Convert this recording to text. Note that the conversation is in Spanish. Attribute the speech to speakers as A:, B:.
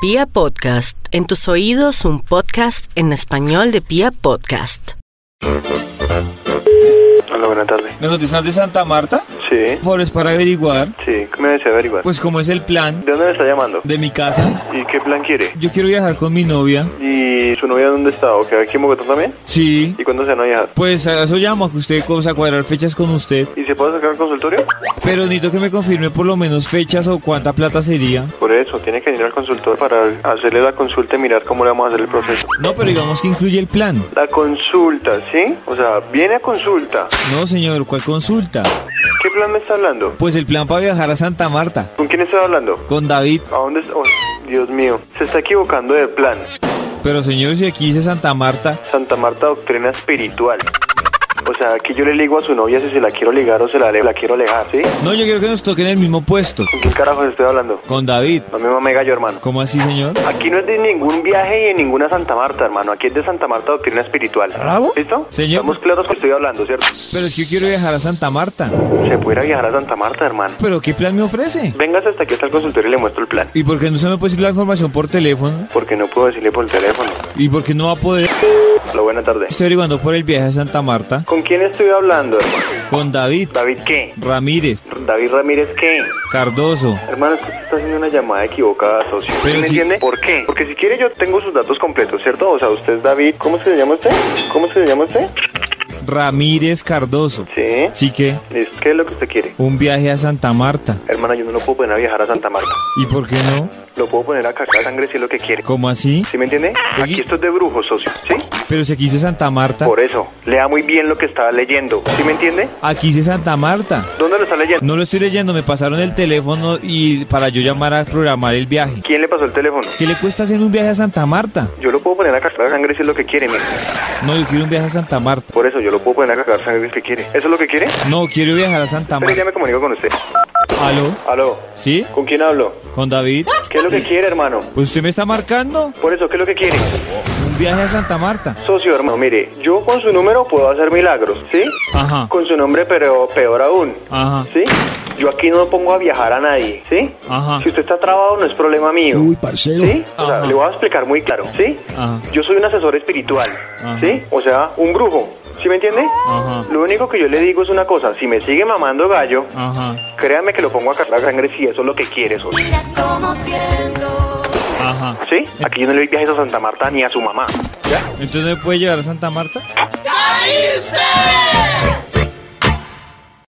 A: Pia Podcast, en tus oídos un podcast en español de Pia Podcast.
B: Hola, buenas tardes.
C: Nosotros somos de Santa Marta,
B: Sí,
C: pobres para averiguar,
B: sí, ¿qué me desea averiguar?
C: pues cómo es el plan
B: ¿De dónde me está llamando?
C: de mi casa.
B: ¿Y qué plan quiere?
C: Yo quiero viajar con mi novia,
B: ¿Y su novia dónde está? ¿O que aquí en Bogotá también?
C: sí.
B: ¿Y cuándo se van a viajar?
C: Pues a eso llamo, a que usted cosa cuadrar fechas con usted.
B: ¿Y se puede sacar el consultorio?
C: Pero necesito que me confirme por lo menos fechas o cuánta plata sería.
B: Por eso, tiene que venir al consultorio para hacerle la consulta y mirar cómo le vamos a hacer el proceso.
C: No, pero digamos que incluye el plan.
B: La consulta, ¿sí? O sea, viene a consulta.
C: No, señor, ¿cuál consulta?
B: ¿Qué plan me está hablando?
C: Pues el plan para viajar a Santa Marta,
B: ¿Con quién está hablando?
C: con David.
B: ¿A dónde está? Oh, Dios mío, se está equivocando de plan.
C: Pero señor, si aquí dice Santa Marta,
B: Santa Marta Doctrina Espiritual. O sea, aquí yo le digo a su novia si se la quiero ligar o se la, la quiero alejar, ¿sí?
C: no, yo quiero que nos toquen el mismo puesto,
B: ¿Con quién carajo estoy hablando?
C: con David.
B: La misma mega yo, hermano.
C: ¿Cómo así, señor?
B: Aquí no es de ningún viaje y de ninguna Santa Marta, hermano. Aquí es de Santa Marta doctrina espiritual.
C: ¿Bravo?
B: ¿Listo?
C: Señor.
B: Estamos claros que estoy hablando, ¿cierto?
C: Pero es que yo quiero viajar a Santa Marta.
B: Se pudiera viajar a Santa Marta, hermano.
C: ¿Pero qué plan me ofrece?
B: Véngase hasta aquí hasta el consultorio y le muestro el plan.
C: ¿Y por qué no se me puede decir la información por teléfono?
B: Porque no puedo decirle por el teléfono.
C: ¿Y por qué no va a poder?
B: Hola, buena tarde.
C: Estoy averiguando por el viaje a Santa Marta
B: ¿Con quién estoy hablando, hermano?
C: con David
B: ¿David qué?
C: Ramírez
B: ¿David Ramírez qué?
C: Cardoso.
B: Hermano, es que usted está haciendo una llamada equivocada, socio. ¿Sí
C: Pero
B: ¿Me
C: si-
B: entiende? ¿Por qué? Porque si quiere yo tengo sus datos completos, ¿cierto? O sea, usted es David. ¿Cómo es que se llama usted? ¿Cómo es que se llama usted?
C: Ramírez Cardoso.
B: Sí.
C: Así que,
B: Listo. ¿Qué es lo que usted quiere?
C: un viaje a Santa Marta.
B: Hermana, yo no lo puedo poner a viajar a Santa Marta.
C: ¿Y por qué no?
B: Lo puedo poner a caca sangre si es lo que quiere.
C: ¿Cómo así?
B: ¿Sí me entiende? Aquí esto es de brujos, socio. ¿Sí?
C: Pero si aquí dice Santa Marta,
B: Por eso, lea muy bien lo que está leyendo. ¿Sí me entiende?
C: aquí dice Santa Marta.
B: ¿Dónde lo está leyendo?
C: No lo estoy leyendo, me pasaron el teléfono y para yo llamar a programar el viaje.
B: ¿Quién le pasó el teléfono?
C: ¿Qué le cuesta hacer un viaje a Santa Marta?
B: Yo lo puedo poner a cagar sangre si es lo que quiere, mire.
C: No, yo quiero un viaje a Santa Marta.
B: Por eso, yo lo puedo poner a cagar sangre si es que quiere. ¿Eso es lo que quiere?
C: No, quiero viajar a Santa
B: Pero
C: Marta.
B: ya me comunico con usted.
C: ¿Aló?
B: Aló,
C: ¿Sí?
B: ¿con quién hablo?
C: ¿Con David?
B: ¿Qué es lo que quiere, hermano?
C: Pues usted me está marcando
B: Por eso, ¿qué es lo que quiere?
C: un viaje a Santa Marta.
B: Socio, hermano, mire, yo con su número puedo hacer milagros, ¿sí?
C: Ajá,
B: Con su nombre, pero peor aún,
C: ajá,
B: ¿sí? Yo aquí no pongo a viajar a nadie, ¿sí?
C: ajá,
B: Si usted está trabado, no es problema mío.
D: Uy, parcero.
B: ¿Sí? O sea,
C: Ajá.
B: le voy a explicar muy claro, ¿sí?
C: Ajá.
B: Yo soy un asesor espiritual,
C: Ajá.
B: ¿sí? O sea, un brujo, ¿sí me entiende?
C: Ajá.
B: Lo único que yo le digo es una cosa, si me sigue mamando gallo,
C: ajá,
B: créame que lo pongo a cargar sangre si eso es lo que quieres, socio.
C: ajá.
B: ¿sí? Aquí yo no le doy viajes a Santa Marta ni a su mamá.
C: ¿Entonces me puede llevar a Santa Marta?